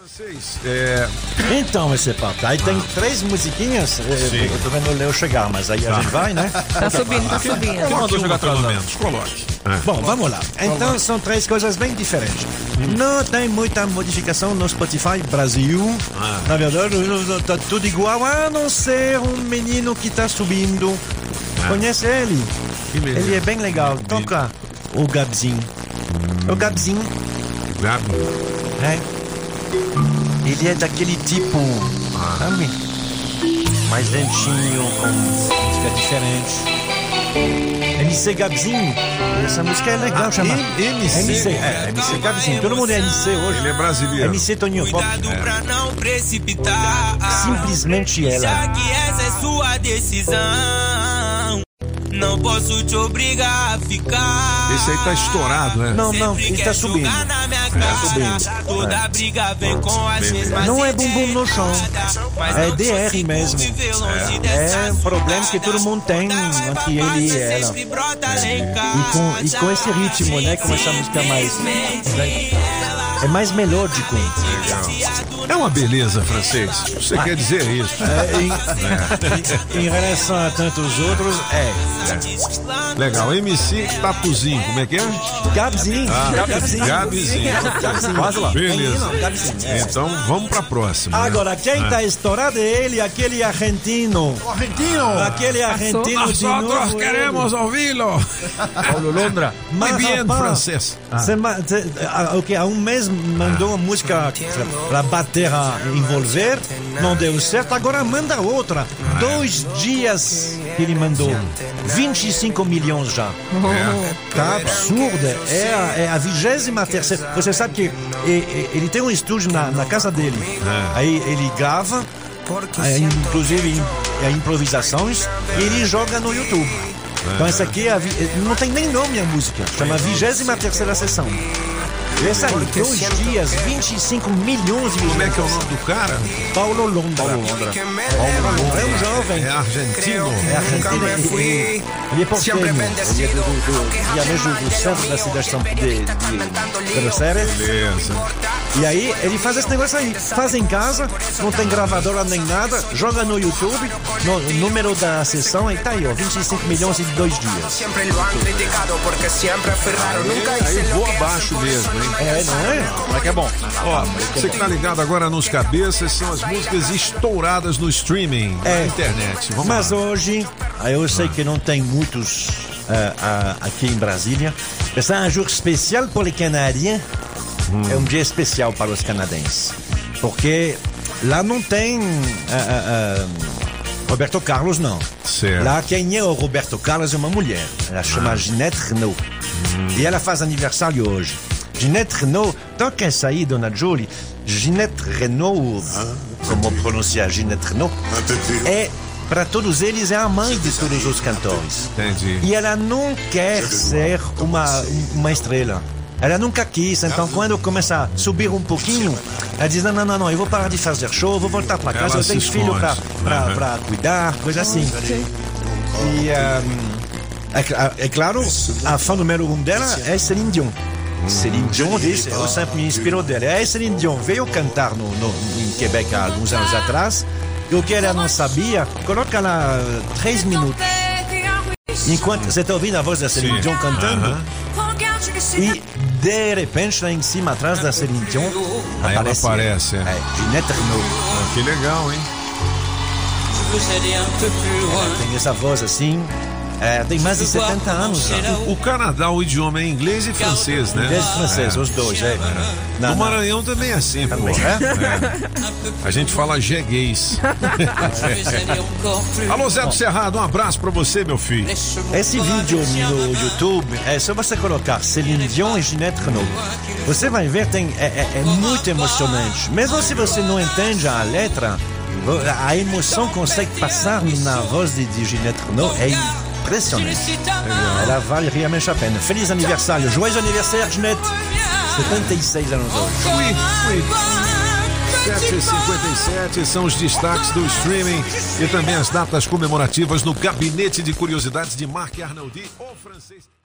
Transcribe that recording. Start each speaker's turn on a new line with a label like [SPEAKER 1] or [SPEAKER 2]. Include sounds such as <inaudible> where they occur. [SPEAKER 1] Vocês, é,
[SPEAKER 2] Então, esse papo. Aí tem três musiquinhas. eh,
[SPEAKER 1] Ah. Sim. Ah.
[SPEAKER 2] Eu também não leio chegar, mas aí a gente
[SPEAKER 1] <laughs>
[SPEAKER 2] vai, né?
[SPEAKER 3] Tá subindo, tá subindo.
[SPEAKER 1] coloque
[SPEAKER 4] mandou
[SPEAKER 1] uma,
[SPEAKER 4] jogar
[SPEAKER 1] pelo
[SPEAKER 4] atrasado?
[SPEAKER 1] menos, coloque.
[SPEAKER 2] Bom, vamos lá. Então são três coisas bem diferentes.
[SPEAKER 1] Hum.
[SPEAKER 2] Não tem muita modificação no Spotify Brasil.
[SPEAKER 1] Ah.
[SPEAKER 2] Na verdade, tá tudo igual, a não ser um menino que tá subindo. Conhece ele?
[SPEAKER 1] Ah. Que menino?
[SPEAKER 2] Ele é bem legal. Toca o Gabzinho.
[SPEAKER 1] Hum.
[SPEAKER 2] O Gabzinho,
[SPEAKER 1] Gabi.
[SPEAKER 2] né? Ele é daquele tipo, sabe? Mais lentinho, com música diferente. MC Gabzinho. Essa música é legal, chama.
[SPEAKER 1] MC.
[SPEAKER 2] MC, é, MC Gabzinho. Todo mundo é MC hoje.
[SPEAKER 1] Ele é brasileiro.
[SPEAKER 2] MC Toninho Pop.
[SPEAKER 5] Cuidado pra não precipitar.
[SPEAKER 2] Simplesmente ela.
[SPEAKER 5] Já que essa é sua decisão, não posso te obrigar a ficar.
[SPEAKER 1] Esse aí tá estourado, né?
[SPEAKER 2] Não,
[SPEAKER 5] Sempre
[SPEAKER 2] não, ele
[SPEAKER 5] quer
[SPEAKER 2] tá subindo.
[SPEAKER 5] jogar na minha cara.
[SPEAKER 2] subindo.
[SPEAKER 5] Toda
[SPEAKER 2] É.
[SPEAKER 5] briga vem com as
[SPEAKER 1] Bem,
[SPEAKER 5] mesmas
[SPEAKER 2] Não é bumbum no chão.
[SPEAKER 5] ideias, mas
[SPEAKER 2] É
[SPEAKER 5] não
[SPEAKER 2] DR
[SPEAKER 5] consigo
[SPEAKER 2] mesmo.
[SPEAKER 5] viver longe dessa
[SPEAKER 2] É um problema que
[SPEAKER 5] zoada.
[SPEAKER 2] todo mundo tem entre ele e ela.
[SPEAKER 5] Sempre brota lá em
[SPEAKER 2] E com, e com esse
[SPEAKER 5] casa.
[SPEAKER 2] ritmo, né? Com essa música mais. né? É mais melódico.
[SPEAKER 1] É uma beleza, francês. Você quer dizer isso?
[SPEAKER 2] É, em, em relação a tantos outros, é.
[SPEAKER 1] Legal. MC Tapuzinho, como é que é?
[SPEAKER 2] Gabzinho. Ah, Gabzinho.
[SPEAKER 1] Gabizinho.
[SPEAKER 2] Gabzinho.
[SPEAKER 1] Quase lá. Beleza.
[SPEAKER 2] Menino, Gabzinho. é.
[SPEAKER 1] Então vamos pra próxima. né?
[SPEAKER 2] Agora, quem tá estourado é ele, aquele argentino. Aquele argentino de novo.
[SPEAKER 1] ouvi-lo. Paulo Londra. Muy
[SPEAKER 2] Mas,
[SPEAKER 1] bien,
[SPEAKER 2] rapaz,
[SPEAKER 1] francês.
[SPEAKER 2] Você ma- você- ah, ok, há um mês mandou uma música para bater, a envolver, não deu certo, agora manda outra.
[SPEAKER 1] Ah, é.
[SPEAKER 2] Dois dias que ele mandou, 25 milhões já.
[SPEAKER 1] É.
[SPEAKER 2] Tá absurdo, é a, é a 23. Você sabe que e- e- ele tem um estúdio na, na casa dele,
[SPEAKER 1] É.
[SPEAKER 2] aí ele grava, é, inclusive im- é, improvisações, e ele joga no YouTube. Então essa aqui é a, vi- é, não tem nem nome a música, chama 23 terceira sessão. E Essa aí, dois dias, 25 milhões de
[SPEAKER 1] Como é
[SPEAKER 2] views.
[SPEAKER 1] que é o nome do cara?
[SPEAKER 2] Paulo Londra. Paulo Londra. É um jovem.
[SPEAKER 1] É argentino.
[SPEAKER 2] É argentino, ele, ele, ele é porteño, ele é do, do, do, vianejo do centro da cidade de São- de, de Buenos Aires.
[SPEAKER 1] Beleza.
[SPEAKER 2] E aí ele faz esse negócio aí, faz em casa, não tem gravadora nem nada, joga no YouTube, no, o número da sessão e tá aí, ó, 25 milhões em dois dias.
[SPEAKER 6] Siempre lo han criticado porque siempre fui raro. Nunca
[SPEAKER 1] Aí
[SPEAKER 6] hice lo
[SPEAKER 1] vou
[SPEAKER 6] que
[SPEAKER 1] abaixo mesmo, hein?
[SPEAKER 2] É, não é? Mas que é bom.
[SPEAKER 1] Ó, você que tá ligado agora nos cabeças são as músicas estouradas no streaming, na
[SPEAKER 2] É.
[SPEAKER 1] internet. Vamos
[SPEAKER 2] Mas
[SPEAKER 1] lá.
[SPEAKER 2] hoje, ah, eu sei que não tem muitos ah, ah, aqui em Brasília. Esse é um jogo especial para os canadiens.
[SPEAKER 1] Hum.
[SPEAKER 2] É um dia especial para os canadenses. Porque lá não tem ah, ah, ah, Roberto Carlos, não.
[SPEAKER 1] Certo. Ah.
[SPEAKER 2] Lá quem é o Roberto Carlos é uma mulher. Ela chama Ginette Renault.
[SPEAKER 1] Hum.
[SPEAKER 2] E ela faz aniversário hoje. Ginette Renault, toca essa aí, Dona Jolie. Ginette Renault,
[SPEAKER 1] Ah.
[SPEAKER 2] como pronunciar Ginette Renault? é, para todos eles, é a mãe de todos os cantores.
[SPEAKER 1] Entendi.
[SPEAKER 2] E ela não quer ser uma, uma estrela. Ela nunca quis, então quando começa a subir um pouquinho, ela diz: não, não, não, não eu vou parar de fazer show, vou voltar para casa,
[SPEAKER 1] Ela
[SPEAKER 2] eu tenho
[SPEAKER 1] se
[SPEAKER 2] filho para
[SPEAKER 1] esconde. Uhum.
[SPEAKER 2] para cuidar, coisa assim. E ah, é, cla- é claro, a fã número um dela é Celine Dion. Celine Dion disse, eu sempre me inspirou dela. É Celine Dion veio cantar no, no, em Quebec há alguns anos atrás. E o que ela não sabia, coloca lá eh, três minutos. Enquanto você está ouvindo a voz da Celine
[SPEAKER 1] Sim.
[SPEAKER 2] Dion cantando,
[SPEAKER 1] Aham.
[SPEAKER 2] e de repente lá em cima, atrás da Celine Dion,
[SPEAKER 1] Aí ela
[SPEAKER 2] aparece,
[SPEAKER 1] aparece, é.
[SPEAKER 2] é, Ginette Renault.
[SPEAKER 1] Ah, que legal, hein?
[SPEAKER 2] é um Tem essa voz assim, é, tem mais de 70 anos. já.
[SPEAKER 1] O Canadá, o idioma é inglês e francês, né?
[SPEAKER 2] Inglês e francês, os dois, é.
[SPEAKER 1] No
[SPEAKER 2] Não, não.
[SPEAKER 1] Maranhão também é assim, pô.
[SPEAKER 2] Também,
[SPEAKER 1] É. A gente fala
[SPEAKER 2] <laughs>
[SPEAKER 1] jeguês.
[SPEAKER 2] Eh.
[SPEAKER 1] Alô, Zé do Cerrado, um abraço pra você, meu filho.
[SPEAKER 2] Esse vídeo no YouTube é só você colocar Celine Dion e Ginette Renault. Você vai ver, tem, é, é- é muito emocionante. Mesmo se você não entende a letra, vo- a emoção consegue passar na voz de, de Ginette Renault. É impressionante. Ela vale realmente a pena. Feliz aniversário, joyeux aniversário, Ginette. 76 anos hoje.
[SPEAKER 1] Fui, fui. 7h57 são os destaques do streaming e também as datas comemorativas no Gabinete de Curiosidades de Marc Arnoldi, o francês.